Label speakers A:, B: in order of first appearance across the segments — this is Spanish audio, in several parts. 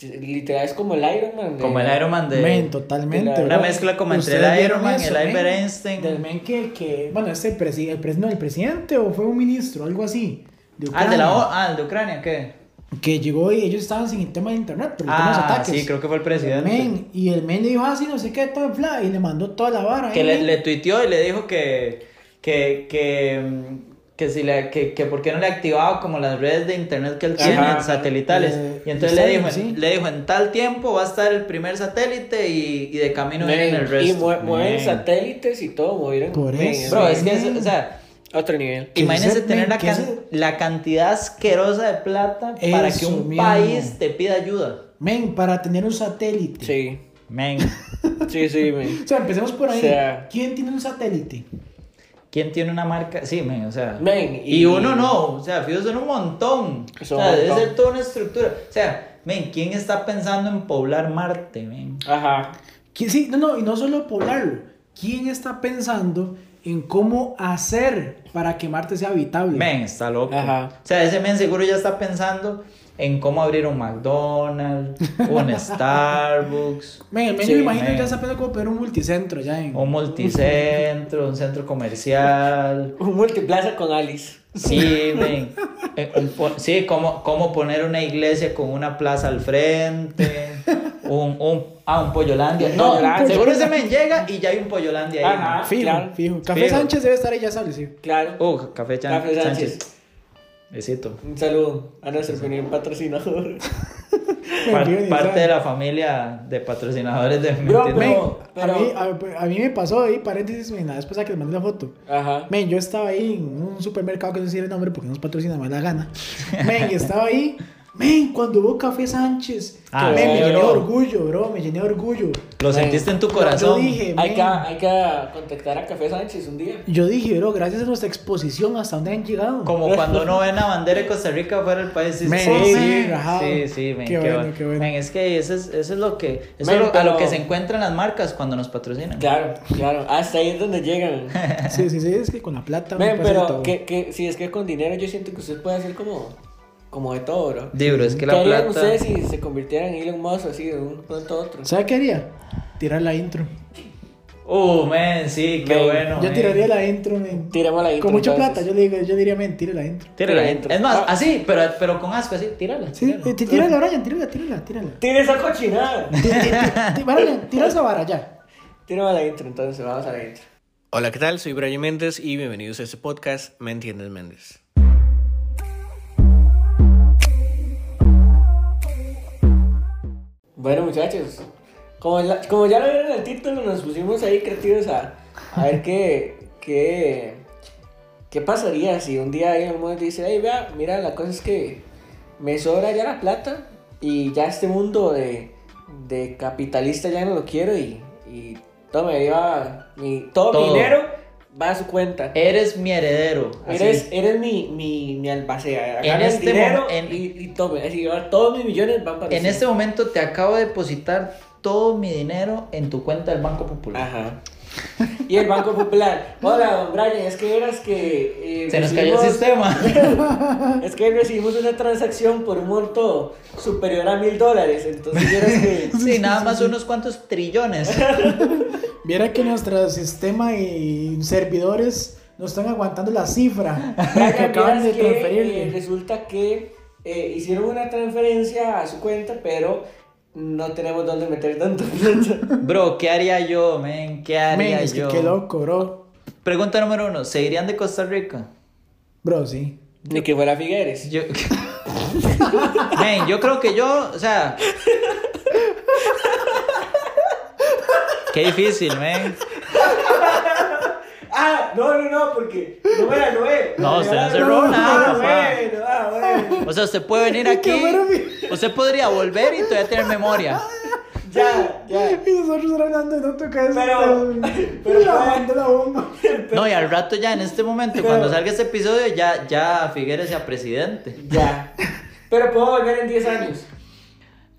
A: Literal es como el Iron Man. de-
B: Como
C: Eh,
B: el Iron Man de.
C: Men, totalmente.
A: de la-
C: bro.
B: Una mezcla como entre
C: ¿Ustedes
B: el Iron
C: vieron
B: Man,
C: eso,
B: el
C: men?
B: Albert Einstein.
C: Del men que, que bueno, este presi- el, pres- no, el presidente o fue un ministro, algo así. de
B: Ah, el de
C: Ucrania,
B: la O. Ah, el de Ucrania, ¿qué?
C: Que llegó y ellos estaban sin el tema de internet, pero el tema de los
B: Ah,
C: ataques.
B: sí, creo que fue el presidente.
C: Men, y el men le dijo así, no sé qué, todo bla, y le mandó toda la vara.
B: que
C: eh,
B: le,
C: men.
B: le tuiteó y le dijo que que que mm, que si le, que, que por qué no le activaba como las redes de internet que él
A: Ajá.
B: tiene satelitales
C: Eh,
B: y entonces le
C: sí,
B: dijo
C: sí.
B: le dijo en tal tiempo va a estar el primer satélite y, y de camino vienen el
A: Men,
B: resto
A: y mue- mueven
B: Men.
A: satélites y todo, movieron.
C: Por
A: Men,
C: eso.
B: bro es que es-
C: Men.
B: o sea
A: Otro nivel.
C: Que
B: imagínese
C: ese-
B: tener
C: men,
B: la,
C: que
B: can-
C: ese-
B: la cantidad asquerosa de plata para que
C: Eso
B: un
C: mismo.
B: país te pida ayuda
C: Men, para tener un satélite.
A: Sí.
B: men
A: Sí, sí, men.
C: O sea, empecemos por ahí.
A: O sea-
C: ¿Quién tiene un satélite?
B: quién tiene una marca sí men o sea
A: Men,
B: Y uno no, o sea, fíjate, son un montón.
A: Son
B: o sea,
A: un
B: debe
A: montón.
B: ser toda una estructura. O sea, men, ¿quién está pensando en poblar Marte, men?
A: Ajá.
C: ¿Quién- sí, no, no, y no solo poblarlo. ¿Quién está pensando en cómo hacer para que Marte sea habitable?
B: Men, está loco.
A: Ajá.
B: O sea, ese men seguro ya está pensando en cómo abrir un McDonald's, un Starbucks,
C: Men, el men,
A: Sí,
C: yo me imagino
B: men.
C: ya está pensando como poner un multicentro ya en...
B: un multicentro, un centro comercial.
A: Un multiplaza con Alice.
B: Sí, men. Eh, un po- sí, cómo, cómo poner una iglesia con una plaza al frente. Un, un, ah, un Pollolandia. No,
A: Pollolandia.
B: seguro ese men llega y ya hay un Pollolandia ahí.
A: Ajá.
B: men.
C: Fijo,
A: Claro.
C: fijo. Café
B: Fijo.
C: Sánchez debe estar ahí ya establecido.
A: Claro.
B: Uh, Café, Chan-
A: Café Sánchez.
B: Sánchez. Besito.
A: Un saludo a nuestro primer patrocinador.
B: Par-
C: Fijo, ni
B: parte
C: sabe.
B: de la familia de patrocinadores de
A: Bro,
B: Mentira.
C: Men,
A: pero-
C: a, mí, a, a mí me pasó ahí, paréntesis, men, después a que les mandé la foto.
A: Ajá.
C: Men, yo estaba ahí en un supermercado que no sé el nombre porque no nos patrocina me da la gana. Men, y estaba ahí. Men, cuando hubo Café Sánchez.
B: Ah,
C: men, me
A: sí,
C: llené de
B: bro.
C: orgullo, bro. Me llené de orgullo.
B: Lo
A: Men,
B: sentiste en tu
C: Yo
B: corazón.
C: dije,
A: Hay
C: men,
A: que, hay que contactar a Café Sánchez un día.
C: yo dije, bro, gracias a nuestra exposición, hasta dónde han llegado.
B: Como cuando uno ve una bandera de Costa Rica fuera del país. dice,
C: Men,
B: sí,
C: sí,
B: sí,
C: rajado.
B: sí, sí, men,
C: Qué
B: qué
C: bueno,
B: bueno.
C: qué bueno.
B: Men, es que eso es, eso es lo que, eso
A: Men,
B: es lo- a lo
A: pero-
B: que se encuentran las marcas cuando nos patrocinan.
A: Claro, claro. Hasta ahí es donde llegan.
C: Sí, sí, sí, es que con la plata. uno
A: Men,
C: puede hacer
A: pero
C: todo.
A: que, que, si es que con dinero yo siento que usted puede hacer como, como de todo, bro.
B: Dibro, es que
A: ¿Qué
B: la
A: harían
B: plata.
A: ustedes si se convirtieran en Elon Musk así de un pronto a otro?
C: ¿Sabe qué haría? Tirar la intro.
B: Uh, men, sí, qué
A: Men,
B: bueno.
C: yo
B: men.
C: tiraría la intro, men.
A: Tiramos la intro.
C: Con mucha
A: entonces.
C: plata, yo, le digo, yo diría, men, tira la intro.
B: Tírala.
A: Tírala.
B: Es más,
A: Ah.
B: así, pero, pero con asco, así, tírala.
C: Sí,
B: tírala.
C: eh, tí- tírala, Brian, tírala, tírala, tírala.
A: Tira esa cochinada.
C: Tí- tí- tí- tí- Brian, tira esa vara ya.
A: Tiramos la intro, entonces vamos a la intro.
D: Hola, ¿qué tal? Soy Brian Méndez y bienvenidos a este podcast Me Entiendes Méndez.
A: Bueno, muchachos, como, la- como ya lo vieron en el título, nos pusimos ahí creativos a, a ver qué, qué, qué pasaría si un día alguien Musk dice, hey, vea, mira, la cosa es que me sobra ya la plata y ya este mundo de, de capitalista ya no lo quiero y, y todo me lleva, mi, todo,
B: Todo.
A: mi dinero va a su cuenta.
B: Eres mi heredero. así.
A: Eres, eres mi, mi, mi albacea.
B: En
A: Agarra el
B: este
A: dinero
B: mom- en-
A: y, y tome. Así, ahora todos mis millones van para
B: En
A: usted.
B: este momento te acabo de depositar todo mi dinero en tu cuenta del Banco Popular.
A: Ajá. Y el Banco Popular. Hola, don Brian, es que verás que. eh,
B: Se nos cayó el
A: recibimos-
B: sistema.
A: Es que recibimos una transacción por un monto superior a mil dólares. Entonces, vieras que.
B: Sí, nada más unos cuantos trillones.
C: Viera que nuestro sistema y servidores nos están aguantando la cifra
A: Brian,
C: que acaban
A: vieras
C: de
A: que, eh,
C: transferirle.
A: resulta que eh, hicieron una transferencia a su cuenta, pero no tenemos dónde meter tanto plata.
B: Bro, ¿qué haría yo, men? ¿Qué haría
C: Men, es que
B: yo?
C: qué loco, bro.
B: Pregunta número uno, ¿se irían de Costa Rica?
C: Bro, sí.
A: Ni que fuera Figueres.
B: Yo... men, yo creo que yo, o sea... Qué difícil, men.
A: Ah, no, no, no, porque. No era, no era.
B: No, usted no se
A: era,
B: robó
A: no,
B: nada,
A: ah,
B: papá.
A: bueno, ah, bueno.
B: O sea, usted puede venir
C: Qué
B: aquí.
C: bueno, mi-
B: Usted podría volver y todavía tener memoria.
A: Ya, ya.
C: Y nosotros hablando de no tocar ese
A: Pero-
C: tema.
A: pero-
C: la mandó la bomba.
B: No, y al rato ya en este momento, cuando salga este episodio, ya, ya Figueres sea presidente.
A: Ya. Pero puedo volver en 10 años.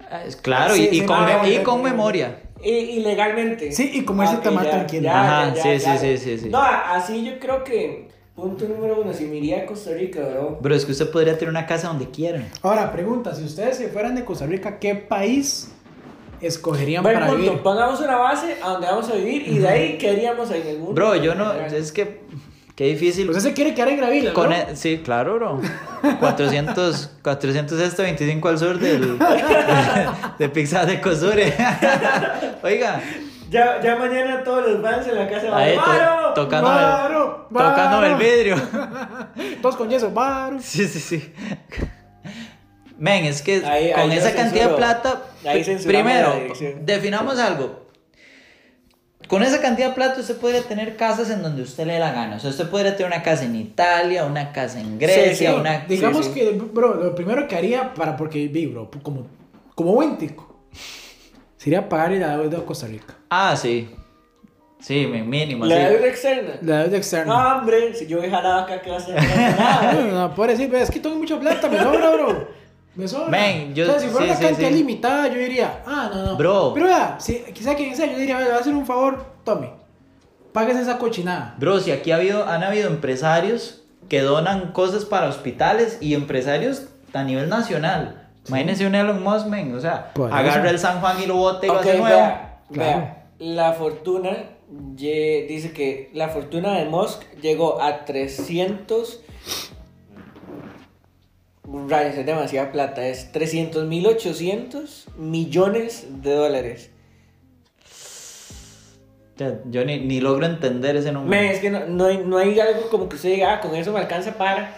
B: Ah, es Claro,
C: Sí,
B: y, y
C: sí,
B: con,
C: no,
B: me- y
C: no,
B: con
C: no, no.
B: memoria.
A: Y, y legalmente.
C: Sí, y comerse
A: Ah,
C: tamal
A: ya,
C: tranquilo.
A: ya,
B: Ajá,
A: ya,
B: sí,
A: ya,
B: sí,
A: ya.
B: sí, sí, sí.
A: No, a- así yo creo que Punto número uno, si me iría a Costa Rica, bro.
B: Bro, es que usted podría tener una casa donde quiera.
C: Ahora, pregunta, si ustedes se fueran de Costa Rica, ¿qué país escogerían
A: Buen
C: para
A: punto,
C: vivir?
A: pongamos una base a donde vamos a vivir y de ahí, ¿qué haríamos ahí en el mundo?
B: Bro, yo no. Es que. Qué difícil.
C: Usted se Pues quiere quedar en Gravila,
B: Con
C: ¿no?
B: e- sí, claro, bro. 400, 400 este, 25 al sur del, de Pizza de Cosure. Oiga,
A: Ya, ya mañana todos los fans en la casa van
B: ahí to-
A: ¡Maro!
B: tocando,
C: ¡Varo!
B: el, tocando el
C: ¡Varo!
B: vidrio.
C: Todos con yeso, varo.
B: Sí, sí, sí. Men, es que
A: Ahí-
B: con
A: ahí yo
B: esa cantidad de
A: censuro.
B: plata,
A: Ahí
B: pr-
A: censuramos la
B: primero,
A: dirección.
B: definamos algo. Con esa cantidad de plata usted podría tener casas en donde usted le dé la gana. O sea, usted podría tener una casa en Italia, una casa en Grecia,
A: sí.
B: una...
C: Digamos
A: sí.
C: que, bro, lo primero que haría para, porque vi, bro, como, como buen tico, sería pagarle la deuda a Costa Rica.
B: Ah, sí. Sí, mi- mínimo.
A: La
B: sí.
A: deuda externa.
C: La deuda externa.
A: No, hombre, si yo dejara acá clase, no hago nada.
C: No, no, pobre, sí, pero es que tengo mucha plata, me sobra, bro. Me sobra.
B: Men, yo-
C: o sea, si fuera
B: sí,
C: una
B: sí,
C: cantidad
B: sí.
C: limitada, yo diría, ah, no, no.
B: Bro.
C: Pero vea, si, quizá quien sea, yo diría, "Vea, le voy a hacer un favor, tome. Pagues esa cochinada.
B: Bro, si aquí ha habido, han habido empresarios que donan cosas para hospitales y empresarios a nivel nacional. Imagínense un Elon Musk, men, o sea,
C: Por eso.
B: agarra el San Juan y lo bote y lo
A: Ok,
B: hace nuevo.
A: vea,
C: Claro.
A: vea. La fortuna ye- dice que la fortuna de Musk llegó a 300. Rayos, es demasiada plata. Es 300.800 millones de dólares.
B: O sea, yo ni, ni logro entender ese número.
A: Me, es que no, no hay, no hay algo como que usted diga, ah, con eso me alcanza para.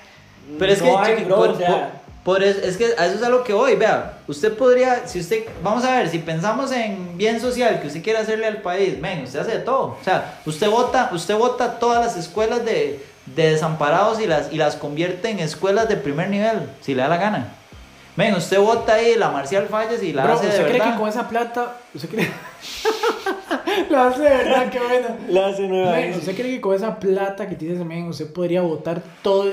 B: Pero es
A: No
B: que,
A: hay,
B: chiqui-
A: bro,
B: por-
A: o sea,
B: por- por es, es que a eso es a lo que voy, vea. Usted podría, si usted, vamos a ver, si pensamos en bien social que usted quiere hacerle al país, men, usted hace de todo. O sea, usted vota, usted vota todas las escuelas de, de desamparados y las, y las convierte en escuelas de primer nivel, si le da la gana. Men, usted vota ahí la Marcial Falles y la
C: bro,
B: hace
C: ¿usted
B: de
C: cree
B: verdad.
C: que con esa plata, usted cree... la hace de verdad, qué bueno.
A: la hace nueva.
C: Men, ¿Usted cree que con esa plata que tiene ese men, usted podría votar toda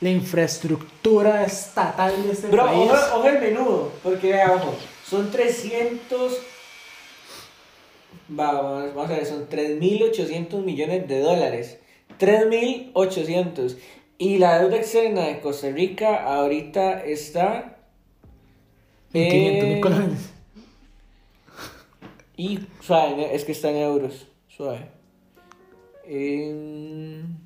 C: la infraestructura estatal de este
A: Bro,
C: país?
A: ojo, ojo el menudo, porque vea, ojo, son 300. Va, vamos, vamos a ver, son 3.800 millones de dólares. 3.800. Y la deuda externa de Costa Rica ahorita está.
C: En 500 mil
A: eh,
C: colones.
A: Y suave, es que está en euros. Suave. En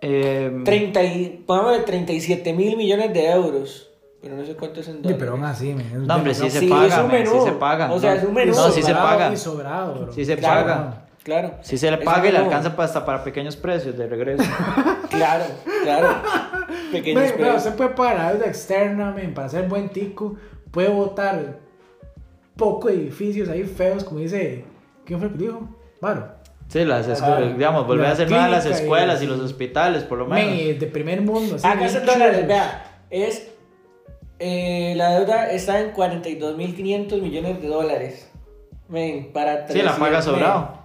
B: Em,
A: 30 y, pongámosle 37 mil millones de euros. Pero no sé cuánto es en
C: Sí,
A: dólares.
C: pero aún así, men.
B: No, hombre, sí se
A: Sí, es
B: paga,
A: un
B: men, sí
A: menú.
B: se paga.
A: O sea,
B: No,
A: es un menú.
B: No, sí se
C: Sobrado
B: paga.
C: y sobrado, bro.
B: Sí se
A: Claro.
B: paga.
A: Claro.
B: Si se le
A: Es
B: paga y le
A: menú.
B: alcanza pa- hasta para pequeños precios de regreso.
A: Claro, claro. Pequeños
C: Men, bro,
A: precios.
C: usted puede pagar la deuda externa, men, para ser buen tico. Puede votar poco edificios ahí feos, como dice. ¿Quién fue el que dijo? Varo.
B: Sí, las escu-
C: Ah,
B: digamos, volver
C: la
B: a hacer nuevas las
C: clínica y-
B: escuelas y los hospitales, por lo
C: Men,
B: menos.
C: y de primer mundo. así,
A: Acá
C: bien
A: son dólares,
C: chulos.
A: vea. Es. eh, la deuda está en 42.500 millones de dólares. Men, para
B: Sí, la
A: 300,
B: paga
A: men.
B: sobrado.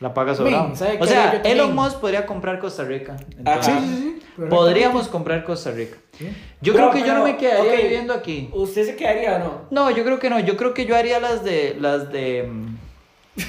B: La paga sobrado.
C: Men, ¿sabe
B: o
C: qué
B: sea,
C: haría yo
B: Elon
C: también?
B: Musk podría comprar Costa Rica.
A: Ah,
B: Entonces,
C: Sí, sí, sí. correcto.
B: Podríamos comprar Costa Rica.
C: Sí.
B: Yo
A: Pero,
B: creo que yo
A: pero,
B: no me quedaría
A: ok.
B: viviendo aquí.
A: ¿Usted se quedaría o no?
B: No, yo creo que no. Yo creo que yo haría las de. Las de. mm,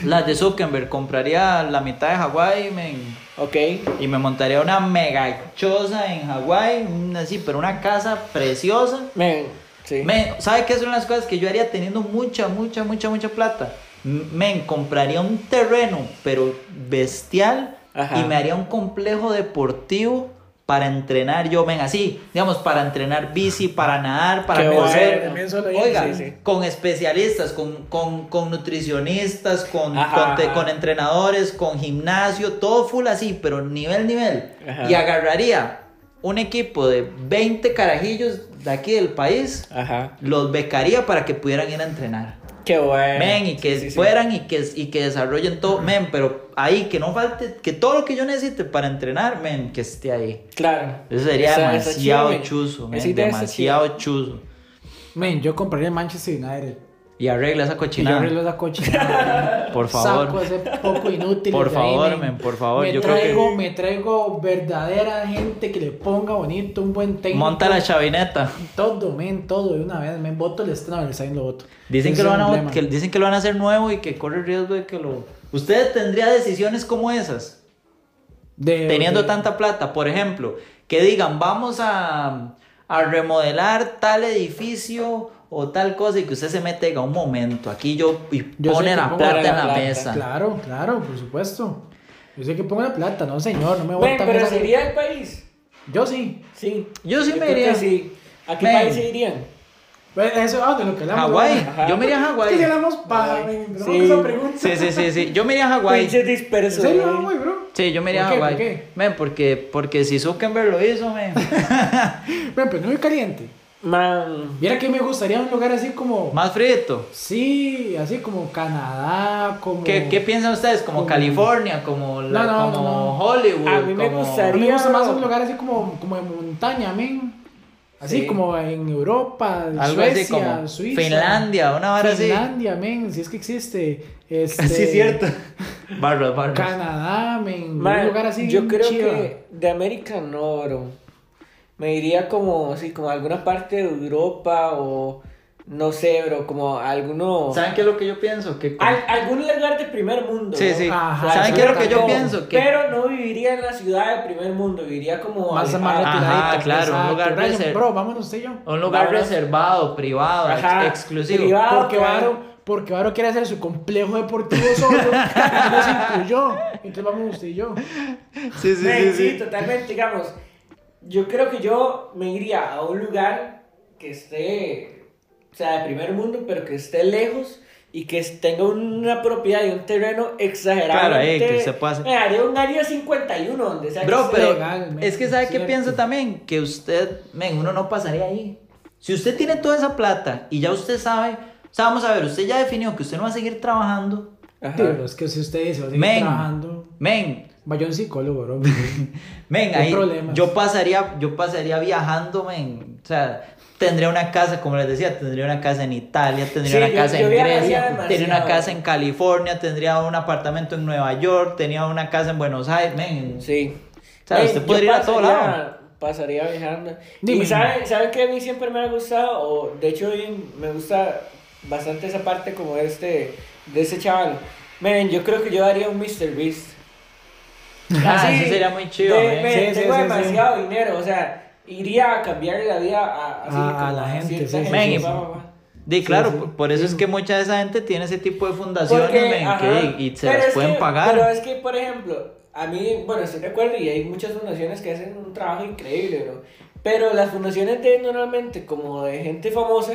B: Las de Zuckerberg. Compraría la mitad de Hawái men,
A: Ok.
B: y me montaría una mega choza en Hawái. una Así, pero una casa preciosa.
A: Men, sí.
B: Men, ¿sabe qué son las cosas que yo haría teniendo mucha, mucha, mucha, mucha plata? Men, compraría un terreno, pero bestial,
A: Ajá.
B: y me haría un complejo deportivo para entrenar yo, men, así, digamos, para entrenar bici, para nadar, para
A: Qué
B: correr.
A: bueno.
C: También solo ahí,
B: Oiga,
A: sí, sí.
B: con especialistas, con, con, con nutricionistas, con,
A: Ajá,
B: con, te-
A: ajá.
B: con entrenadores, con gimnasio, todo full así, pero nivel, nivel.
A: Ajá.
B: Y agarraría un equipo de 20 carajillos de aquí del país,
A: Ajá.
B: los becaría para que pudieran ir a entrenar.
A: Qué
C: Eh,
A: bueno.
B: Men, y que
A: Sí, sí, sí.
B: fueran Y, que, y que desarrollen todo. Men, pero ahí, que no falte, que todo lo que yo necesite para entrenar, men, que esté ahí.
A: Claro.
B: Eso sería
A: Está- está
B: demasiado
A: chido, men.
B: chuzo, men,
A: Esa idea está
B: demasiado chuzo.
C: Men, yo compraría Manchester United.
B: Y arregla esa
C: Y yo
B: cochinada.
C: arreglo esa cochinada.
B: Por favor.
C: Saco ese poco inútil.
B: Por
C: de ahí,
B: favor, men, por favor,
C: Me
B: yo creo que-
C: traigo, me traigo verdadera gente que le ponga bonito, un buen técnico.
B: Monta la chavineta.
C: Todo, men, todo de una vez. Men, voto el estreno, el estadio lo voto.
B: Dicen
C: Ese
B: que, lo van
C: es un
B: a,
C: emblema.
B: que- dicen que lo van a hacer nuevo y que corre el riesgo de que lo... ¿Usted tendría decisiones como esas?
C: De-
B: teniendo
C: de-
B: tanta plata, por ejemplo, que digan, vamos a, a remodelar tal edificio o tal cosa y que usted se mete diga, un momento, aquí yo y
C: Yo sé
B: pone
C: que
B: la
C: pongo
B: plata
A: la
B: en la
A: plata,
B: mesa.
C: Claro, claro, por supuesto. Yo sé que pongo la plata, no señor, no me voy
A: Bueno,
C: a
A: pero se iría al país.
C: Yo sí.
A: Sí.
B: Yo sí me
A: creo que
B: iría.
A: sí. ¿A qué
B: Men.
A: país se irían?
C: Pues Eso ah, de lo que hablamos.
B: Hawái,
C: ¿verdad?
A: Ajá.
B: yo me iría a
C: Es que si
B: Hawái.
C: hablamos paja,
A: Ay,
C: men, pero
A: sí.
C: no, esa pregunta.
B: Sí, sí, sí, sí, yo me iría a Hawái.
A: Pinches
C: ¿En
A: dispersos.
C: serio,
A: güey.
C: Hawái, bro?
B: Sí, yo me iría a
C: Pues, ¿Por qué?
B: Hawái.
C: ¿Por qué?
B: Men, porque, porque si Zuckerberg lo hizo, men.
C: Bueno, pero no muy caliente.
A: Man.
C: Mira que me gustaría un lugar así como.
B: Más frito.
C: Sí, así como Canadá, como.
B: ¿Qué, qué piensan ustedes? ¿Como
C: Como-
B: California? ¿Como, la-
C: No, no,
B: como
C: no, no.
B: Hollywood?
A: A mí me
B: como-
C: A
A: gustaría-
C: mí me gusta más un lugar así como, como de montaña, men. Así
A: Sí.
C: como en Europa,
B: Algo
C: Suecia,
B: así como
C: Suiza.
B: Finlandia, una vara así.
C: Finlandia, men, si es que existe. Este,
B: Sí, es cierto. Bárbaro, bárbaro.
C: Canadá, men,
A: Man,
C: un lugar así.
A: yo creo
C: chido.
A: que de América no, bro. Me iría como, sí, como a alguna parte de Europa o no sé, bro, como a alguno...
B: ¿Saben qué es lo que yo pienso? Que con-
A: Al- algún lugar de primer mundo.
B: Sí,
A: ¿no?
B: sí.
C: Ajá,
B: ¿Saben qué es lo que yo
A: Exacto.
B: pienso? Que...
A: Pero no viviría en la ciudad de primer mundo, viviría como...
C: Más
A: a-
C: más
A: a-
B: Ajá,
C: retiradito,
B: claro, un
C: exacto.
B: lugar
C: Brian,
B: reser-
C: Bro, vámonos usted y yo.
B: Un lugar
A: Varo.
B: reservado, privado, ex-
A: Ajá,
B: exclusivo.
A: privado. Ah,
C: Porque
A: ok.
C: Varo, porque Varo quiere hacer su complejo deportivo solo. y no se incluyó. Entonces vamos usted y yo.
B: Sí, sí, sí,
A: Men,
B: sí.
A: sí, totalmente, digamos. Yo creo que yo me iría a un lugar que esté, o sea, de primer mundo, pero que esté lejos y que tenga una propiedad y un terreno exagerado.
B: Claro, ahí, que se pueda hacer.
A: Me haría un área 51 donde sea. que
B: Bro,
A: esté.
B: pero
C: legal, men,
B: es que ¿sabe qué
C: cierto.
B: pienso también? Que usted, men, uno no pasaría ahí. Si usted tiene toda esa plata y ya usted sabe, o sea, vamos a ver, usted ya definió que usted no va a seguir trabajando,
A: Ajá.
C: Tío, es que si usted se va a seguir
B: Men.
C: trabajando.
B: men,
C: Vaya un psicólogo, bro.
B: men,
C: ¿Qué
B: ahí
C: problemas?
B: yo pasaría, yo pasaría viajando, men, o sea, tendría una casa, como les decía, tendría una casa en Italia, tendría
A: Sí,
B: una
A: yo-
B: casa
A: yo
B: en
A: viajaría
B: Grecia,
A: demasiado.
B: tendría una casa en California, tendría un apartamento en Nueva York, tenía una casa en Buenos Aires, men.
A: Sí. Eh,
B: O sea, usted
A: yo
B: podría ir a todo
A: pasaría-
B: lado.
A: Pasaría viajando.
C: Dime.
A: ¿Y sabe, sabe qué a mí siempre me ha gustado? O, de hecho, y me gusta bastante esa parte como este, de ese chaval. Men, yo creo que yo daría un Mr. Beast.
B: Ah,
A: Así,
B: eso sería muy chido,
A: de-
B: men.
A: men,
C: Sí, sí,
A: tengo
C: sí, sí.
A: demasiado dinero, o sea, iría a cambiarle la vida a, así,
B: Ah,
C: A- a
A: como
C: la
A: así,
C: gente, sí,
A: exacto,
B: sí,
A: sí,
B: sí.
A: va, va, va.
B: De claro,
C: sí.
B: por- por eso es que mucha de esa gente tiene ese tipo de fundaciones
A: Porque,
B: men,
A: ajá,
B: que- y se
A: pero
B: las
A: es
B: pueden
A: que-
B: pagar.
A: Pero es que, por ejemplo, a mí, bueno, estoy de acuerdo y hay muchas fundaciones que hacen un trabajo increíble, bro. Pero las fundaciones de normalmente, como de gente famosa,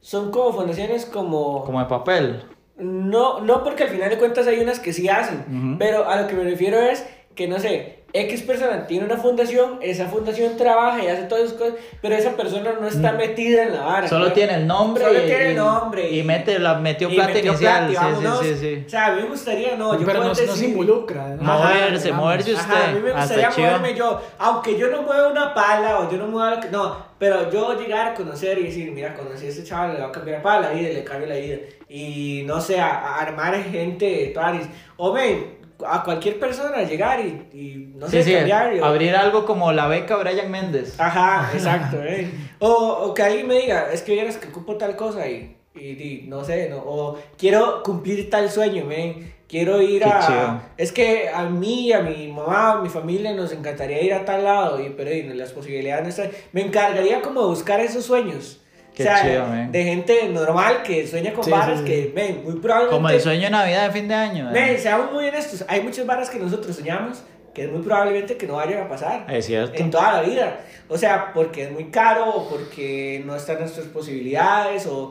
A: son como fundaciones como...
B: Como de papel.
A: No, no porque al final de cuentas hay unas que sí hacen,
B: Ujú.
A: pero a lo que me refiero es que, no sé, X persona tiene una fundación, esa fundación trabaja y hace todas esas cosas, pero esa persona no está metida en la vara.
B: Mm. Solo
A: ¿no?
B: tiene el nombre.
A: Solo
B: y-
A: tiene el
B: y-
A: nombre.
B: Y mete, la, metió
A: Y
B: plata
A: metió
B: inicial.
A: plata y
B: sí,
A: vámonos.
B: sí, sí,
A: O
B: sí.
A: sea, a mí me gustaría, no, yo
C: pero
A: puedo
C: no, no se
A: decir-
C: involucra. ¿no?
B: Moverse,
C: Ajá,
B: moverse
C: digamos.
B: usted.
A: Ajá, a mí me
B: hasta
A: gustaría
B: chido.
A: moverme yo, aunque yo no mueva una pala o yo no mueva lo que- no, pero yo llegar a conocer y decir, mira, conocí a este chaval, le va a cambiar para la vida, le cambio la vida y no sé, a, a armar gente, tuanis, o ven, a cualquier persona llegar y, y, no
B: Sí,
A: sé,
B: sí,
A: cambiar. Ah, o-
B: Abrir algo como la beca Brian Méndez.
A: Ajá, exacto, eh. O, o que alguien me diga, es que vieras que ocupo tal cosa y, y- y no sé, no, o quiero cumplir tal sueño, men. Quiero ir
B: Qué
A: a.
B: chido.
A: Es que a mí, a mi mamá, a mi familia nos encantaría ir a tal lado, y, pero y, las posibilidades no están. Me encargaría como de buscar esos sueños.
B: Qué
A: o sea,
B: chido, men.
A: de gente normal que sueña con
C: Sí,
A: varas
C: sí, sí.
A: que, men, muy probablemente.
B: Como el sueño de Navidad de fin de año.
A: Men,
B: ¿eh?
A: seamos muy honestos, hay muchas varas que nosotros soñamos que es muy probablemente que no vayan a pasar
B: Es cierto.
A: en toda la vida. O sea, porque es muy caro, o porque no están nuestras posibilidades, o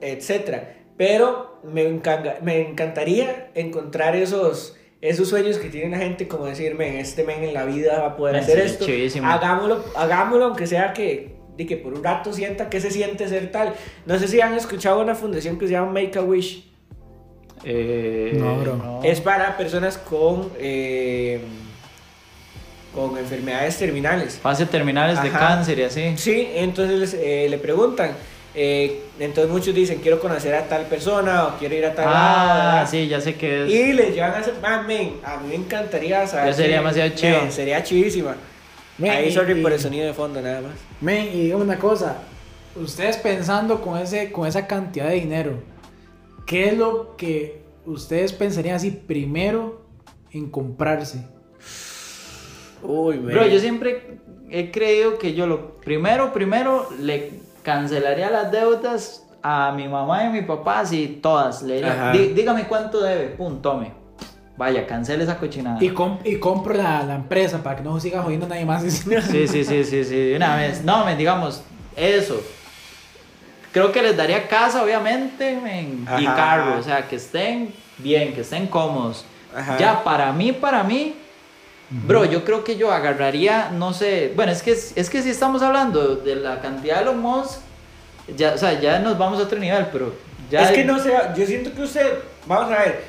A: etcétera. Pero me, encanga- me encantaría encontrar esos, esos sueños que tiene la gente, como decirme, este men en la vida va a poder
B: Men,
A: hacer
B: sería
A: esto.
B: chivísimo.
A: Hagámoslo, hagámoslo, aunque sea que, de que por un rato sienta que se siente ser tal. No sé si han escuchado una fundación que se llama Make a Wish.
B: Eh,
C: No, bro.
A: Es para personas con, eh, con enfermedades terminales.
B: Fase terminales de
A: Ajá.
B: cáncer y así.
A: Sí, entonces les, eh, le preguntan. eh, entonces muchos dicen, quiero conocer a tal persona o quiero ir a tal lado,
B: Ah,
A: ¿verdad?
B: sí, ya sé que es.
A: Y les llevan a hacer, "Ah, men, a mí me encantaría saber.
B: Ya sería
A: que-
B: demasiado chido.
A: men, sería chivísima.
C: Men,
A: Ahí
C: y-
A: sorry
C: y-
A: por el sonido de fondo nada más.
C: Men, y dígame una cosa, ustedes pensando con, ese, con esa cantidad de dinero, ¿qué es lo que ustedes pensarían así primero en comprarse?
A: Uy,
B: Bro,
A: mae.
B: yo siempre he creído que yo lo primero, primero le cancelaría las deudas a mi mamá y mi papá, así todas. Le diría,
A: Ajá.
B: "Dí- dígame cuánto debe, pum, tome. Vaya, cancele esa cochinada.
C: Y, com- y compro la, la empresa para que no siga jodiendo a nadie más.
B: Sí, sí, sí, sí, sí, de una vez. No, me digamos, eso. Creo que les daría casa, obviamente, men, y
A: Ajá.
B: carro, o sea, que estén bien, que estén cómodos.
A: Ajá.
B: Ya, para mí, para mí, bro, yo creo que yo agarraría, no sé, bueno, es que, es que si estamos hablando de la cantidad de los mods, ya, o sea, ya nos vamos a otro nivel, pero ya...
A: Es que no se va- yo siento que usted, vamos a ver,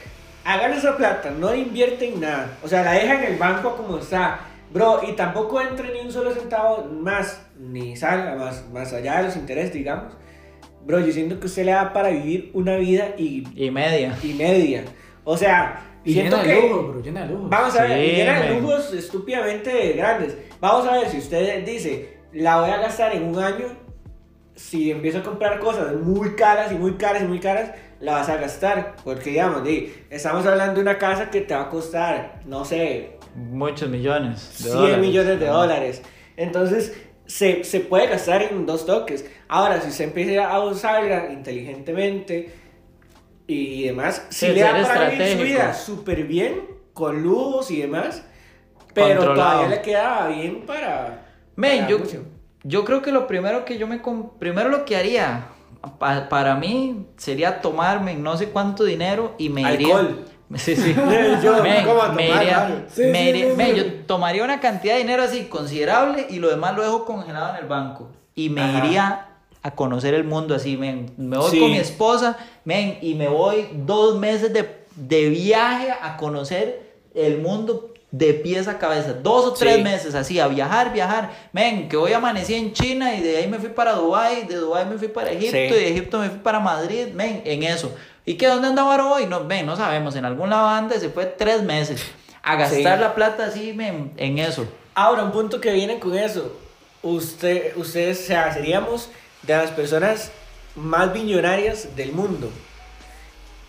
A: agarra esa plata, no invierte en nada, o sea, la deja en el banco como está, bro, y tampoco entra ni un solo centavo más, ni salga más, más allá de los intereses, digamos, bro, yo siento que usted le da para vivir una vida y,
B: Y media.
A: y media, o sea,
C: Y
A: siento
C: llena
A: que...
C: de lujos, bro, llena de lujos.
A: Vamos a ver,
B: Sí,
A: llena de
B: men.
A: lujos estúpidamente grandes. Vamos a ver si usted dice, la voy a gastar en un año. Si empiezo a comprar cosas muy caras y muy caras y muy caras, la vas a gastar. Porque digamos, di, estamos hablando de una casa que te va a costar, no sé,
B: Muchos millones. de
A: 100
B: dólares.
A: millones de
B: Ajá.
A: dólares. Entonces, se, se puede gastar en dos toques. Ahora, si usted empieza a usarla inteligentemente y demás, si
B: Sí,
A: le da
B: ser
A: para vivir su
B: estratégico.
A: vida súper bien, con lujos y demás, pero
B: Controlado.
A: todavía le queda bien para.
B: Men,
A: para
B: yo,
A: mucho.
B: yo creo que lo primero que yo me... com- Primero lo que haría pa- para mí sería tomarme no sé cuánto dinero y me
A: Alcohol.
B: iría... Sí, sí.
A: Yo,
B: Men,
A: ¿cómo a
B: me
A: tomar,
B: iría-
A: Mario?
C: Sí,
B: me
C: sí,
B: iría-
C: sí,
B: men,
C: sí.
B: yo tomaría una cantidad de dinero así considerable y lo demás lo dejo congelado en el banco. Y me
A: Ajá.
B: iría a conocer el mundo así, men. Me voy
A: Sí.
B: con mi esposa, men, y me voy dos meses de, de viaje a conocer el mundo de pies a cabeza. Dos o tres
A: Sí.
B: meses así, a viajar, viajar. Men, que hoy amanecí en China y de ahí me fui para Dubái, de Dubái me fui para Egipto
A: Sí.
B: y de Egipto me fui para Madrid, men, en eso. ¿Y qué? ¿Dónde andaba Varo hoy? No, men, no sabemos. En algún lado antes se fue tres meses a gastar
A: Sí.
B: la plata así, men, en eso.
A: Ahora, un punto que viene con eso. Usted, ustedes, o sea, seríamos de las personas más millonarias del mundo.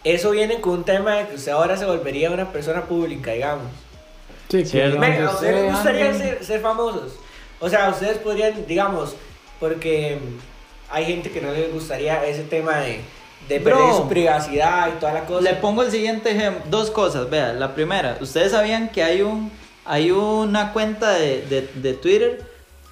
A: Eso viene con un tema de que usted ahora se volvería una persona pública, digamos.
C: Sí,
B: Cierto.
C: que
A: Venga, ¿a
C: donde
A: ustedes les
C: sea,
A: gustaría
C: ¿no?
A: ser, ser famosos? O sea, ustedes podrían, digamos, porque hay gente que no les gustaría ese tema de, de perder
B: Bro.
A: su privacidad y toda la
B: Le
A: cosa.
B: pongo el siguiente ejemplo. Dos cosas, vea. La primera, ustedes sabían que hay un hay una cuenta de, de- de Twitter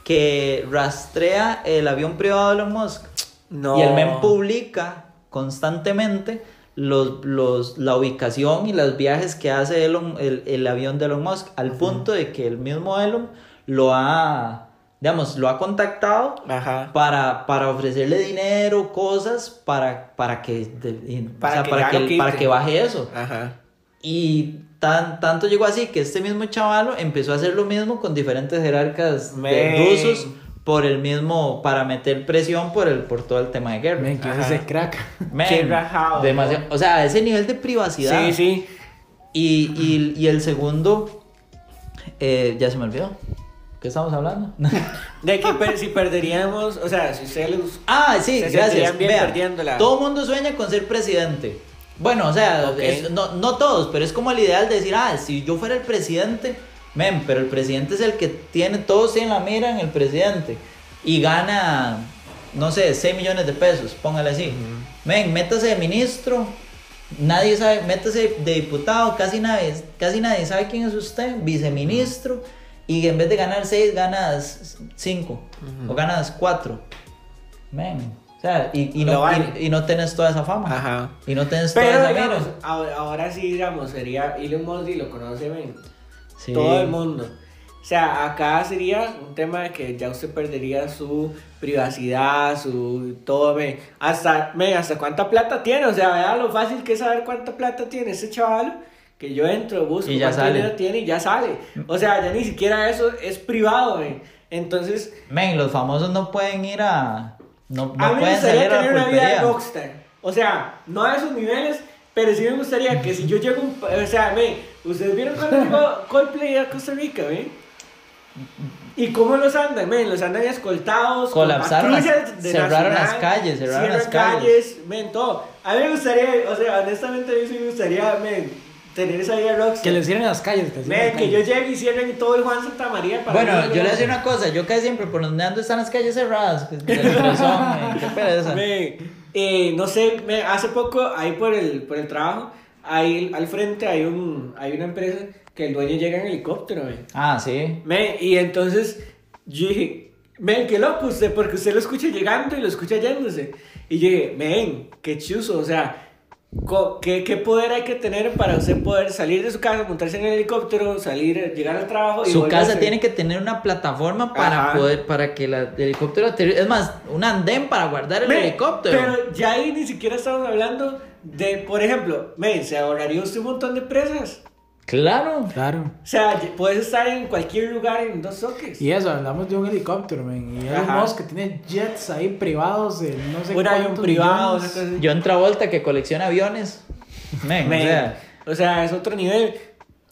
B: que rastrea el avión privado de Elon Musk.
A: No.
B: Y el men publica constantemente los, los- la ubicación y los viajes que hace Elon, el, el avión de Elon Musk, al punto de que el mismo Elon lo ha, digamos, lo ha contactado
A: Ajá.
B: para, para ofrecerle dinero, cosas, para, para que, de- o
A: Para
B: sea,
A: que
B: para,
A: ya lo
B: que, para
A: quiten.
B: que baje eso.
A: Ajá.
B: Y tan, tanto llegó así que este mismo chavalo empezó a hacer lo mismo con diferentes jerarcas
A: Men.
B: de rusos por el mismo, para meter presión por, el, por todo el tema de guerra.
C: Men, que
A: Ajá.
C: ese crack.
B: Men,
A: Qué rajado,
B: demasiado- o sea, ese nivel de privacidad.
A: Sí, sí.
B: Y, y- y el segundo, eh, ya se me olvidó. ¿Qué estamos hablando?
A: De que per- si perderíamos, o sea, si ustedes les gusta.
B: Ah, sí,
A: Se
B: gracias.
A: sentirían bien
B: Vea,
A: perdiéndola.
B: todo el mundo sueña con ser presidente. Bueno, o sea,
A: Ok.
B: es- no, no todos, pero es como el ideal de decir, ah, si yo fuera el presidente, men, pero el presidente es el que tiene, todos tienen la mira en el presidente y gana, no sé, 6 millones de pesos, póngale así. Men, métase de ministro, nadie sabe, métase de diputado, casi nadie, casi nadie sabe quién es usted, viceministro, y en vez de ganar 6, ganas 5 o ganas 4. Men, o sea, y, y
A: Lo
B: no,
A: vale.
B: y, y no tenés toda esa fama.
A: Ajá.
B: Y no tenés
A: Pero
B: toda esa
A: digamos,
B: mira.
A: ahora, ahora sí, digamos, sería Elon Musk y lo conoce men,
B: Sí.
A: todo el mundo. O sea, acá sería un tema de que ya usted perdería su privacidad, su todo, men. Hasta, men, hasta cuánta plata tiene. O sea, vea lo fácil que es saber cuánta plata tiene ese chaval. Que yo entro, busco
B: Y ya
A: cuánto
B: sale.
A: dinero tiene y ya sale. O sea, ya ni siquiera eso es privado, men. Entonces,
B: Men, los famosos no pueden ir a. No, no
A: a mí me
B: pueden
A: gustaría
B: salir a la
A: tener una vida de
B: pulpería.
A: rockstar. O sea, no a esos niveles, pero sí me gustaría que si yo llego. a un pa- O sea, men, ustedes vieron cuando llegó Coldplay a Costa Rica, ¿ven? ¿Y cómo los andan? Men, los andan escoltados. con
B: Colapsaron las-
A: patrullas de
B: cerraron
A: Nacional,
B: las calles, cerraron
A: cierran
B: las calles.
A: men, todo. A mí me gustaría, o sea, honestamente, a mí sí me gustaría, men, Tener ahí a Rockstar.
C: Que le cierren las calles. Que, le cierren
A: Ve,
C: las
A: que yo
C: calles.
A: llegue y cierren todo el Juan Santa María para
B: Bueno,
A: mí, ¿no?
B: yo le voy a decir una cosa, yo casi siempre por donde ando están las calles cerradas. pues, del corazón, mae, qué pereza.
A: Ve, eh, no sé, me- hace poco ahí por el, por el trabajo, ahí al frente hay, un, hay una empresa que el dueño llega en helicóptero, ve.
B: Ah, sí.
A: Ve, y entonces yo dije, men, qué loco usted, porque usted lo escucha llegando y lo escucha yéndose. Y yo dije, men, qué chuzo, o sea, co- ¿qué, qué poder hay que tener para usted poder salir de su casa, montarse en el helicóptero, salir, llegar al trabajo y
B: Su
A: volverse?
B: casa tiene que tener una plataforma para
A: Ajá.
B: poder, para que la- el helicóptero aterrice. Es más, un andén para guardar el
A: Men,
B: helicóptero.
A: Pero ya ahí ni siquiera estamos hablando de, por ejemplo, men, se ahorraría usted un montón de presas.
B: Claro.
C: Claro.
A: O sea, ya- puedes estar en cualquier lugar en dos toques.
C: Y eso, hablamos de un helicóptero, men. Y Elon
A: Ajá.
C: Musk que tiene jets ahí privados de no sé
A: un avión
C: cuántos
A: privado,
C: millones.
A: una cosa así.
B: John Travolta que colecciona aviones. Men, o
A: Men,
B: sea,
A: o sea, es otro nivel.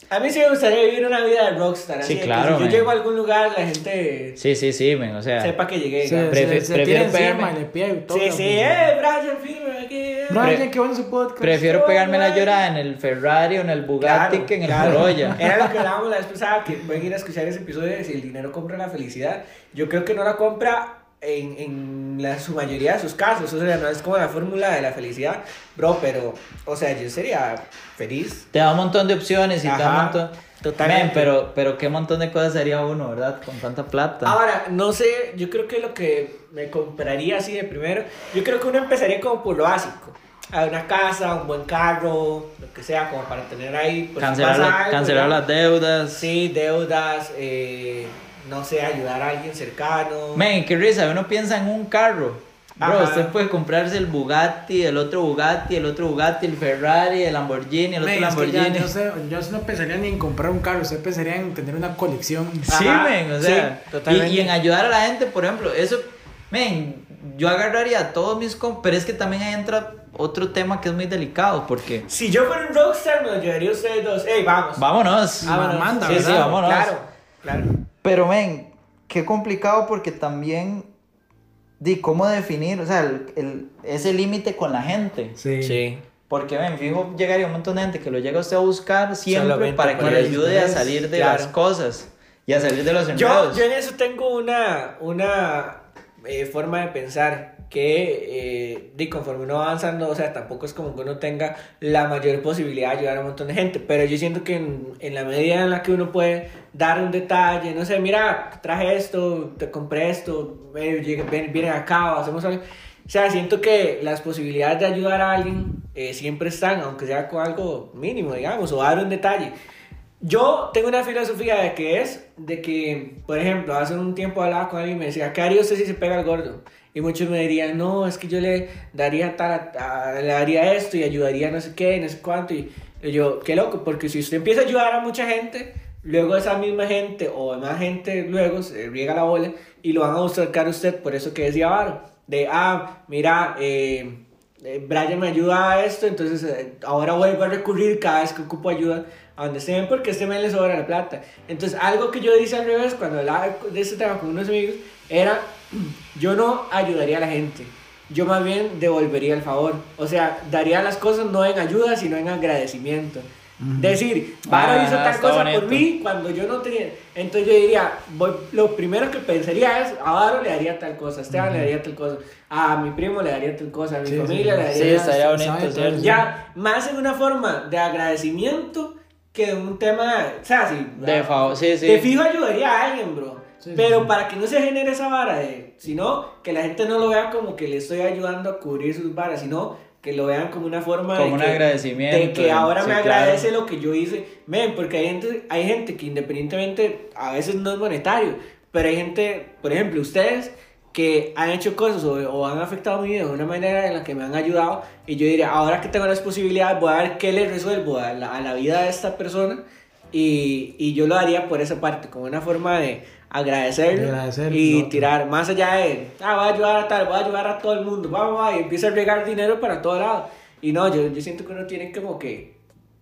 A: A mí sí me gustaría vivir una vida de rockstar.
B: Sí,
A: así de que
B: claro,
A: Si yo
B: men.
A: llego a algún lugar, la gente
B: sí, sí, sí, men, o sea.
A: sepa que llegué.
C: Se,
A: digamos.
C: se-
B: Prefi-
C: se tira
B: prefiero
C: encima
B: pegarme.
C: y le pide
A: Sí,
C: autógrafo.
A: sí, eh, Brian, firme aquí. eh.
C: No,
B: Pre-
C: ya, qué bueno su podcast.
B: Prefiero
A: Ay,
B: pegarme la
A: ay.
B: llorada en el Ferrari o en el Bugatti
A: Claro,
B: que en el
A: claro.
B: Corolla.
A: Era lo que hablábamos la vez pasada, que pueden ir a escuchar ese episodio de Si el dinero compra la felicidad. Yo creo que no la compra en, en la, su mayoría de sus casos. O sea, no es como la fórmula de la felicidad, bro, pero, o sea, yo sería feliz.
B: Te da un montón de opciones y te da un
A: Ajá,
B: montón.
A: totalmente.
B: Men, pero, pero qué montón de cosas haría uno, ¿verdad? Con tanta plata.
A: Ahora, no sé, yo creo que lo que me compraría así de primero, yo creo que uno empezaría como por lo básico. A una casa, un buen carro, lo que sea, como para tener ahí. pues, por si
B: cancelar
A: pasa
B: la-
A: algo,
B: cancelar
A: ¿verdad?
B: las deudas.
A: Sí, deudas, eh, no sé, ayudar a alguien cercano.
B: Men, qué risa, uno piensa en un carro. Bro,
A: Ajá.
B: usted puede comprarse el Bugatti, el otro Bugatti, el otro Bugatti, el Ferrari, el Lamborghini, el otro
C: Men, es que ya,
B: Lamborghini.
C: yo, sé- yo no pensaría ni en comprar un carro, usted pensaría en tener una colección.
B: Sí,
A: Ajá,
B: men, o
A: sí,
B: sea, y-
A: totalmente.
B: y, en ayudar a la gente, por ejemplo, eso, men, yo agarraría a todos mis compas, pero es que también ahí entra otro tema que es muy delicado, porque,
A: Si yo fuera un rockstar, me lo llevaría a ustedes dos. ¡Ey, vamos!
B: vámonos,
A: Vámonos.
C: manda,
B: sí, sí,
C: ¿verdad?
B: vámonos.
A: Claro, claro.
B: Pero, men, qué complicado porque también, di, cómo definir, o sea, el- el- ese límite con la gente.
C: Sí.
D: Sí.
B: Porque, ven, fijo, llegaría un montón de gente que lo llega a usted a buscar siempre
A: Solamente
B: para que
A: para
B: le
A: el
B: ayude a
A: interés,
B: salir de
A: claro.
B: las cosas y a salir de los
A: Yo,
B: enredos.
A: yo en eso tengo una, una eh, forma de pensar que, eh, di, conforme uno va avanzando, o sea, tampoco es como que uno tenga la mayor posibilidad de ayudar a un montón de gente, pero yo siento que en, en la medida en la que uno puede dar un detalle, no sé, mira, traje esto, te compré esto, eh, llega- ven- vienen acá o hacemos algo. O sea, siento que las posibilidades de ayudar a alguien eh, siempre están, aunque sea con algo mínimo, digamos, o dar un detalle. Yo tengo una filosofía de que es, de que, por ejemplo, hace un tiempo hablaba con alguien y me decía, ¿qué haría usted si se pega al gordo? Y muchos me dirían, no, es que yo le daría tal, a- a- le daría esto y ayudaría no sé qué, no sé cuánto. Y y yo, qué loco, porque si usted empieza a ayudar a mucha gente, luego esa misma gente o más gente luego se riega la bola y lo van a buscar a usted por eso que decía Varo. De, ah, mira, eh, eh, Brian me ayuda a esto, entonces eh, ahora vuelvo a recurrir cada vez que ocupo ayuda a donde estén porque este me le sobra la plata. Entonces, algo que yo hice al revés cuando hablaba de este tema con unos amigos era: yo no ayudaría a la gente, yo más bien devolvería el favor. O sea, daría las cosas no en ayuda, sino en agradecimiento. Decir, Varo
B: Ah,
A: hizo tal
B: está
A: cosa por
B: bonito.
A: mí cuando yo no tenía. Entonces yo diría, voy- lo primero que pensaría es: a Varo le daría tal cosa, a Esteban le daría tal cosa, a mi primo le daría tal cosa, a mi
C: Sí, sí,
A: familia
C: sí.
A: le daría
B: Sí,
A: tal
B: estaría
C: sí,
B: bonito,
C: sí,
B: ¿cierto?
A: ya, más en una forma de agradecimiento que en un tema, o sea, si
B: De favor, sí, sí.
A: te fijo ayudaría a alguien, bro.
C: Sí,
A: pero
C: sí, sí.
A: para que no se genere esa vara de, sino que la gente no lo vea como que le estoy ayudando a cubrir sus varas, sino que lo vean como una forma
B: Como
A: de
B: un
A: que,
B: agradecimiento,
A: de que ahora
B: sí,
A: me
B: claro.
A: agradece lo que yo hice. Men, porque hay gente, hay gente que independientemente a veces no es monetario, pero hay gente, por ejemplo, ustedes que han hecho cosas o, o han afectado mi vida de una manera en la que me han ayudado y yo diría, ahora que tengo las posibilidades, voy a ver qué le resuelvo a la, a la vida de esta persona y, y yo lo haría por esa parte, como una forma de agradecerlo
C: De agradecer,
A: y
C: ¿no?
A: tirar más allá de, ah, voy a ayudar a tal, voy a ayudar a todo el mundo, va, va, va, y empieza a regar dinero para todo lado. Y no, yo, yo siento que uno tiene como que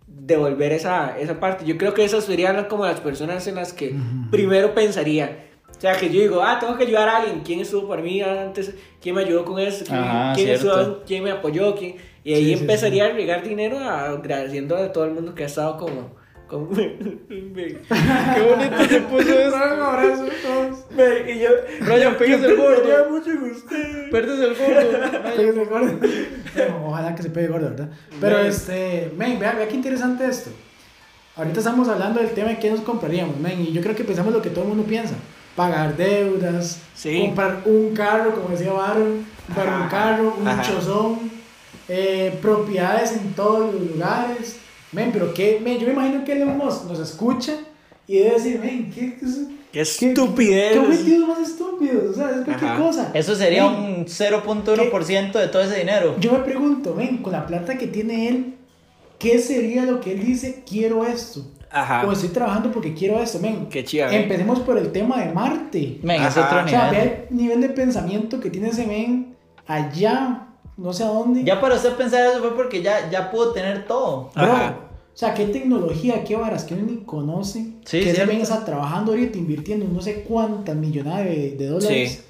A: devolver esa, esa parte. Yo creo que esas serían las- como las personas en las que primero pensaría. O sea, que yo digo, ah, tengo que ayudar a alguien. ¿Quién estuvo por mí antes? ¿Quién me ayudó con esto? ¿Quién,
B: Ajá,
A: quién
B: cierto.
A: estuvo- quién me apoyó? ¿Quién? Y ahí
C: Sí, sí,
A: empezaría a regar dinero a- agradeciendo a todo el mundo que ha estado como. como- Qué bonito se puso
C: Un
A: eso.
C: abrazo a todos.
A: Me- Y yo,
B: Ryan, pégase el gordo.
A: Tenía mucho en usted.
B: Perdes el gordo.
C: Pégase gordo. Bueno, Ojalá que se pegue gordo, ¿verdad? Pero
B: Men.
C: este, men, vea, vea qué interesante esto. Ahorita estamos hablando del tema de qué nos compraríamos, men, y yo creo que pensamos lo que todo el mundo piensa. Pagar deudas,
A: Sí.
C: comprar un carro, como decía Baron, comprar un carro, un
B: Ajá.
C: chozón, eh, propiedades en todos los lugares. Men, pero qué, men, yo me imagino que Elon Musk nos escucha y debe decir, men, qué, qué,
A: Qué
C: qué
A: estupidez.
C: objetivos más estúpidos, o sea, es cualquier
A: Ajá.
C: cosa.
B: Eso sería
C: Men,
B: un 0.1% de todo ese dinero.
C: yo me pregunto, ven, con la plata que tiene él, ¿qué sería lo que él dice, quiero esto?
A: Ajá.
C: O estoy trabajando porque quiero esto, men.
A: Qué chida, men.
C: Empecemos por el tema de Marte.
B: Men, es
A: Em- Ajá.
B: otro
C: o sea,
B: nivel.
C: ve el nivel de pensamiento que tiene ese men allá, no sé a dónde.
B: Ya para usted pensar eso fue porque ya, ya pudo tener todo.
C: Bro,
A: Ajá.
C: O sea, qué tecnología, qué varas que uno ni conoce.
B: Sí,
C: que ese
B: cierto.
C: men está trabajando ahorita, invirtiendo no sé cuántas millonadas de, de dólares.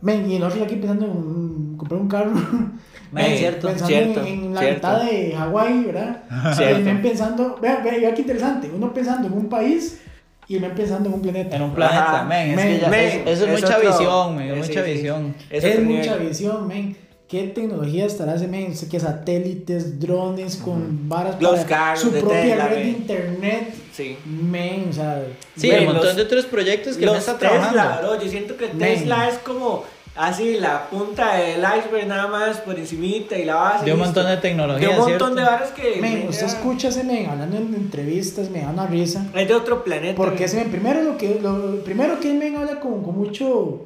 C: Men, y nosotros aquí pensando en mm, comprar un carro.
B: Men,
A: Men,
B: cierto.
C: pensando
A: cierto,
C: en, en la
A: cierto.
C: mitad de Hawái, ¿verdad?
A: Cierto.
C: Y el men pensando, vea, vea, vea qué interesante, uno pensando en un país y el men pensando en un planeta.
B: En un planeta,
A: Ajá.
B: men. Es que
C: Men,
B: ya-
A: men,
B: es- eso es,
A: es
B: mucha
A: otro-
B: visión, men.
A: Sí, sí,
B: Es mucha
A: sí.
B: visión.
A: Es
C: es
A: otro
C: mucha
A: nivel.
C: visión, men. ¿Qué tecnología estará ese men? Sé que satélites, drones, con varas
A: Los carros
C: su
A: de
C: propia
A: Tesla,
C: red de
A: men.
C: internet.
A: Sí.
C: Men, o sea,
B: Sí,
A: Men,
B: un montón
A: los-
B: de otros proyectos que no
A: los
B: está
A: Pues Tesla,
B: trabajando.
A: bro, yo siento que
C: Men.
A: Tesla es como así la punta del iceberg nada más por encimita y la base.
B: De un
A: y
B: montón
A: listo.
B: de tecnología,
A: De un montón
B: ¿cierto?
A: de varas que...
C: men,
A: men,
C: usted
A: ya-
C: escucha ese men hablando en entrevistas, me da una risa.
A: Es de otro planeta.
C: Porque
A: men.
C: ese men, primero lo que lo primero que el men habla con, con mucho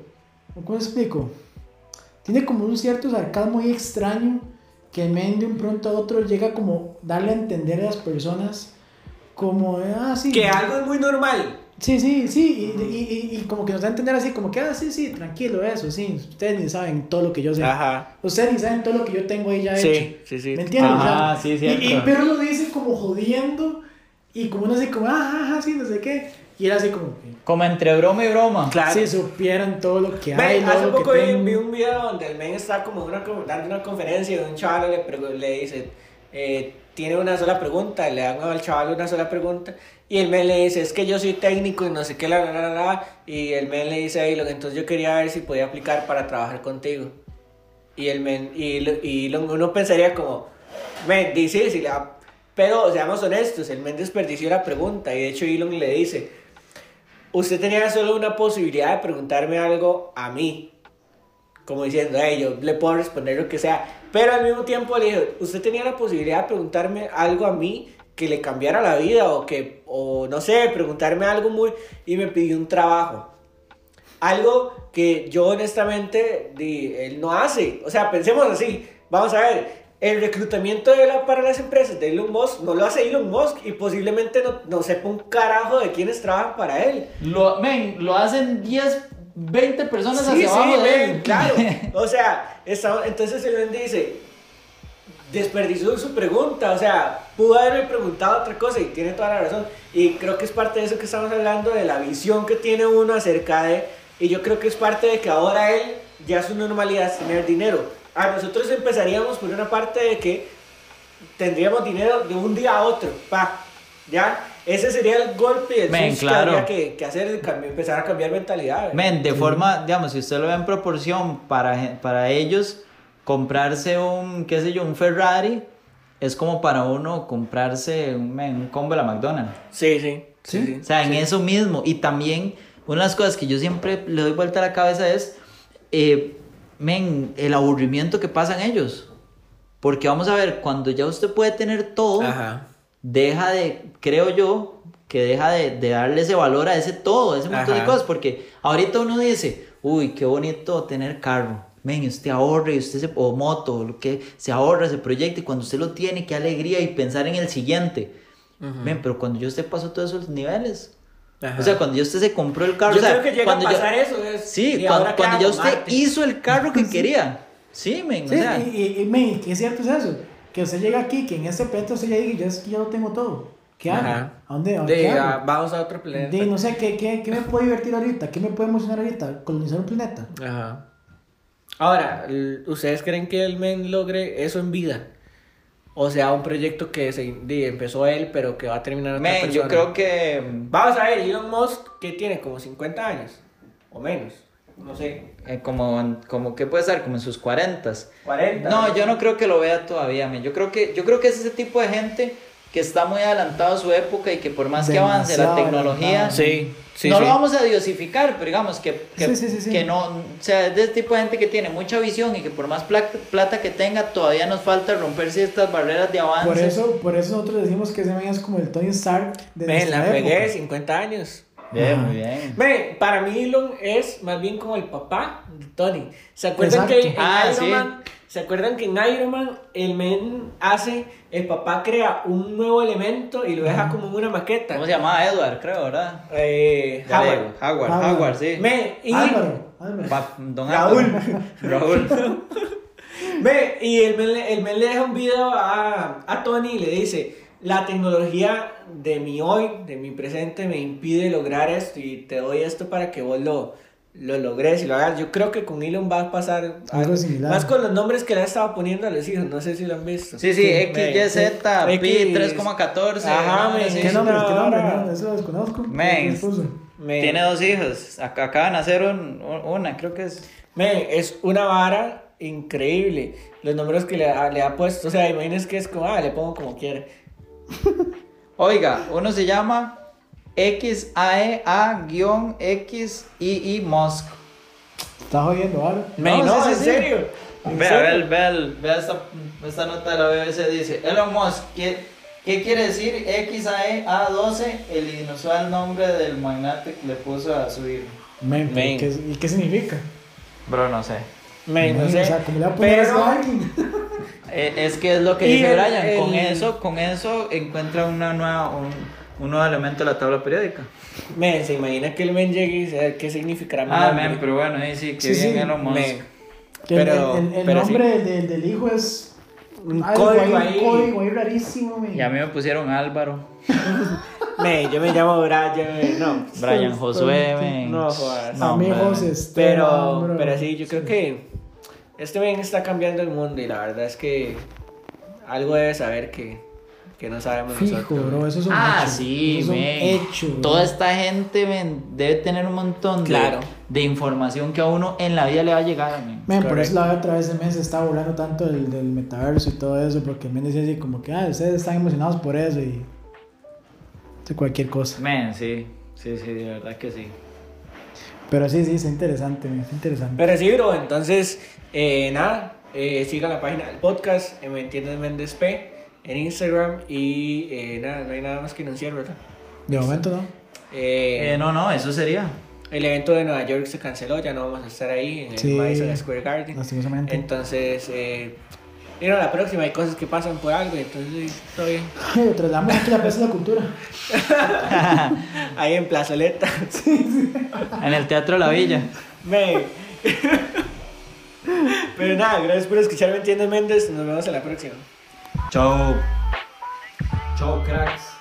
C: ¿cómo se explico? Tiene como un cierto sarcasmo muy extraño que el men de un pronto a otro llega como darle a entender a las personas como ah sí
A: Que algo es muy normal.
C: Sí, sí, sí, y, y- y- y como que nos da a entender así, como que, ah, sí, sí, tranquilo, eso, sí, ustedes ni saben todo lo que yo sé.
A: Ajá.
C: Ustedes ni saben todo lo que yo tengo ahí ya
A: Sí,
C: hecho.
A: sí, sí.
C: ¿Me entienden?
B: Ajá,
C: O sea,
B: sí,
C: y-
B: cierto.
C: y- pero lo dice como jodiendo y como uno así como, ajá, ajá, sí, no sé qué. Y él así como,
B: Como entre broma y broma.
A: Claro.
C: si supieran todo lo que hay,
A: Men,
C: todo
A: hace
C: lo que
A: poco vi,
C: tengo".
A: vi un video donde el men está como una, con- dando una conferencia y un chaval le, pregu- le dice, eh, tiene una sola pregunta, le dan al chaval una sola pregunta y el men le dice, es que yo soy técnico y no sé qué, la, la, la, la, y el men le dice, "Ey, lo que entonces yo quería ver si podía aplicar para trabajar contigo. Y el men, y, lo- y lo- uno pensaría como, men, dice, si la... Pero seamos honestos, el men desperdició la pregunta y de hecho Elon le dice, usted tenía solo una posibilidad de preguntarme algo a mí. Como diciendo, "Ey, yo le puedo responder lo que sea. Pero al mismo tiempo le dijo, usted tenía la posibilidad de preguntarme algo a mí que le cambiara la vida o que, o no sé, preguntarme algo muy... Y me pidió un trabajo. Algo que yo honestamente, di, él no hace. O sea, pensemos así. Vamos a ver, el reclutamiento de la- para las empresas de Elon Musk no lo hace Elon Musk y posiblemente no, no sepa un carajo de quiénes trabajan para él.
B: Lo, men, lo hacen 10, 20 personas
A: Sí,
B: hacia
A: sí,
B: abajo de
A: men,
B: él.
A: claro. O sea, está- entonces el men dice, desperdició su pregunta, o sea, pudo haberme preguntado otra cosa y tiene toda la razón. Y creo que es parte de eso que estamos hablando, de la visión que tiene uno acerca de, y yo creo que es parte de que ahora él ya su normalidad es tener dinero. A nosotros empezaríamos por una parte de que tendríamos dinero de un día a otro, pa, ¿ya? Ese sería el golpe el
B: Men,
A: susto
B: claro.
A: que habría que, que hacer, cambi- empezar a cambiar mentalidad. ¿eh?
B: Men, de forma, digamos, si usted lo ve en proporción para, gen- para ellos, comprarse un, qué sé yo, un Ferrari es como para uno comprarse un, men, un combo de la McDonald's.
A: Sí, sí. Sí, sí.
B: O sea, en eso mismo. Y también, una de las cosas que yo siempre le doy vuelta a la cabeza es, eh, men, el aburrimiento que pasan ellos. Porque vamos a ver, cuando ya usted puede tener todo,
A: Ajá.
B: deja de, creo yo, que deja de, de darle ese valor a ese todo, a ese montón de
A: Ajá.
B: cosas, porque ahorita uno dice, uy, qué bonito tener carro. Men, y usted ahorra y usted se, o moto, o lo que se ahorra, se proyecta, y cuando usted lo tiene, qué alegría y pensar en el siguiente. Men, pero cuando yo usted pasó todos esos niveles, o sea, cuando yo usted se compró el carro,
A: yo
B: o sea,
A: creo que llega
B: cuando
A: a
B: yo-
A: pasar eso. es,
B: sí,
A: ¿y
B: cuando,
A: ahora qué
B: cuando ya
A: hago,
B: usted
A: Marte?
B: hizo el carro que quería, sí, men,
C: Sí,
B: o sea,
C: y, y, y, men, ¿qué cierto es eso? Que usted llega aquí, que en este planeta usted ya diga, yo es que ya lo tengo todo. ¿Qué hago?
A: Ajá.
C: ¿A dónde? ¿A dónde
A: De,
C: hago?
A: ah, vamos a otro planeta.
C: De, no sé, ¿qué, qué, ¿qué me puede divertir ahorita? ¿Qué me puede emocionar ahorita? Colonizar un planeta.
A: Ajá. Ahora, l- ¿ustedes creen que el men logre eso en vida? O sea, un proyecto que se de- empezó él, pero que va a terminar otra
B: Men, yo
A: persona.
B: creo que. mm,
A: Vamos a ver, Elon Musk, que tiene como 50 años, o menos, no sé,
B: eh, como, en- como que puede estar, como en sus 40
A: 40.
B: No, yo no creo que lo vea todavía, men. Yo creo que, yo creo que es ese tipo de gente que está muy adelantado a su época y que por más que avance la
C: Demasiado
B: tecnología,
C: adelantado.
D: Sí, sí,
B: no
D: sí.
B: lo vamos a diosificar, pero digamos que, que,
C: Sí, sí, sí, sí.
B: que no, o sea, es de ese tipo de gente que tiene mucha visión y que por más pla- plata que tenga, todavía nos falta romper ciertas barreras de
A: Ah,
B: avance.
C: Por eso, por eso nosotros decimos que ese man es como el Tony Stark de
A: Men,
C: nuestra
A: la
C: época.
A: pegué, 50 años.
B: Bien, muy
C: Ajá.
B: bien.
A: Men, para mí Elon es más bien como el papá de Tony. ¿Se acuerdan
C: Exacto.
A: que en
B: Ah,
A: Iron
B: sí.
A: Man, se acuerdan que en Iron Man el men hace, el papá crea un nuevo elemento y lo deja como en una maqueta?
B: ¿Cómo se llamaba? Edward, creo, ¿verdad?
A: Eh,
B: Ya
A: Howard.
B: digo, Howard,
C: Howard.
B: Howard, sí.
A: Men, y
C: Álvaro, Álvaro.
B: Pa- don
A: Raúl.
B: Álvaro. Raúl.
A: Ve, y el men, le- el men le deja un video a, a Tony y le dice, la tecnología de mi hoy, de mi presente, me impide lograr esto y te doy esto para que vos lo, lo logres y lo hagas. Yo creo que con Elon va a pasar
C: Algo similar.
A: Más con los nombres que le ha estado poniendo a los hijos, no sé si lo han visto.
B: Sí, sí, X, Y, Z,
A: X.
B: Pi, 3,14.
A: Ajá,
B: ¿no?
A: men.
B: Sí,
C: ¿Qué
B: sí.
C: nombres? ¿Qué nombres?
A: ahora-
C: No, eso lo desconozco.
B: Men.
C: Me puso.
A: Me-
B: Tiene dos hijos. ac- Acaban de hacer un- un- una, creo que es.
A: Men, es una vara increíble. Los números que le, ha- le ha puesto, o sea, imagínense que es como, ah, le pongo como quiera.
B: Oiga, uno se llama E XAEA-XII Musk.
C: Está jodiendo, ¿vale?
A: Men,
B: No,
A: no,
B: sí,
A: en
B: sí, sí.
A: serio. ¿En
B: Vea,
A: serio?
B: vea, el- vea, el- vea esta, esta nota de la BBC dice, Elon Musk, ¿qué, qué quiere decir XAEA12? El inusual nombre del magnate que le puso a su hijo.
C: Men, pero
A: Men.
C: ¿qué- ¿Y qué significa?
B: Bro, no sé.
A: Men, no
C: Men,
A: sé.
C: Mm, O sea, como le va a poner
A: Pero-
C: eso a alguien.
B: Eh, Es que es lo que
A: Y
B: dice
A: el-
B: Brian, con
A: el-
B: eso, con eso encuentra una nueva, un, un nuevo elemento de la tabla periódica.
A: Men, se imagina que el men llegue y dice, ¿qué significará mi
B: Ah,
A: nombre?"
B: men, pero bueno, ahí sí, que
C: Sí,
B: bien
C: sí,
B: Elon Musk.
A: Men.
C: Que el-
A: Pero-
C: el, el
A: pero
C: nombre del, del hijo es
A: Un
C: algo
A: código
C: ahí,
A: ahí.
C: un código ahí rarísimo. men.
B: Y a mí me pusieron Álvaro,
A: Men, yo me llamo Brian, men, no.
B: Brian
C: Sí,
B: Josué,
C: sí.
B: men.
A: No, joder.
C: a mí
B: men.
C: José Esteban,
A: Pero,
C: bro.
A: pero sí, yo creo que este men está cambiando el mundo y la verdad es que algo debe saber que, que no sabemos
C: Fijo,
A: nosotros.
C: bro, eso es un
B: Ah,
C: hecho.
B: sí,
C: eso es un
B: men.
C: hecho. bro.
B: Toda esta gente, men, debe tener un montón de,
A: Claro.
B: de información que a uno en la vida le va a llegar, men.
C: Men, por
A: Correcto.
C: eso la otra vez el men se estaba burlando tanto del, del metaverso y todo eso, porque el men decía así como que, ah, ustedes están emocionados por eso y... de cualquier cosa.
B: Men, sí, sí, sí, de verdad que sí.
C: Pero sí, sí, es interesante, men, es interesante.
A: Pero sí, bro, entonces, eh, nada, eh, sigan la página del podcast, eh, me entiendes Méndez P, en Instagram y eh, nada, no hay nada más que anunciar, ¿verdad?
C: De momento no.
A: Eh,
B: Eh, no, no, eso sería.
A: El evento de Nueva York se canceló, ya no vamos a estar ahí en el
C: Sí.
A: Madison Square Garden.
C: Lastimosamente.
A: Entonces, eh, ir a la próxima, hay cosas que pasan por algo, entonces eh, todo bien.
C: Ay, lo trasladamos aquí a la Plaza de la Cultura.
A: Ahí en Plazoleta.
B: En el Teatro La Villa.
A: Me- Pero nada, gracias por escuchar, ¿me entiendes, Méndez? Nos vemos en la próxima.
B: Chau. Chau, cracks.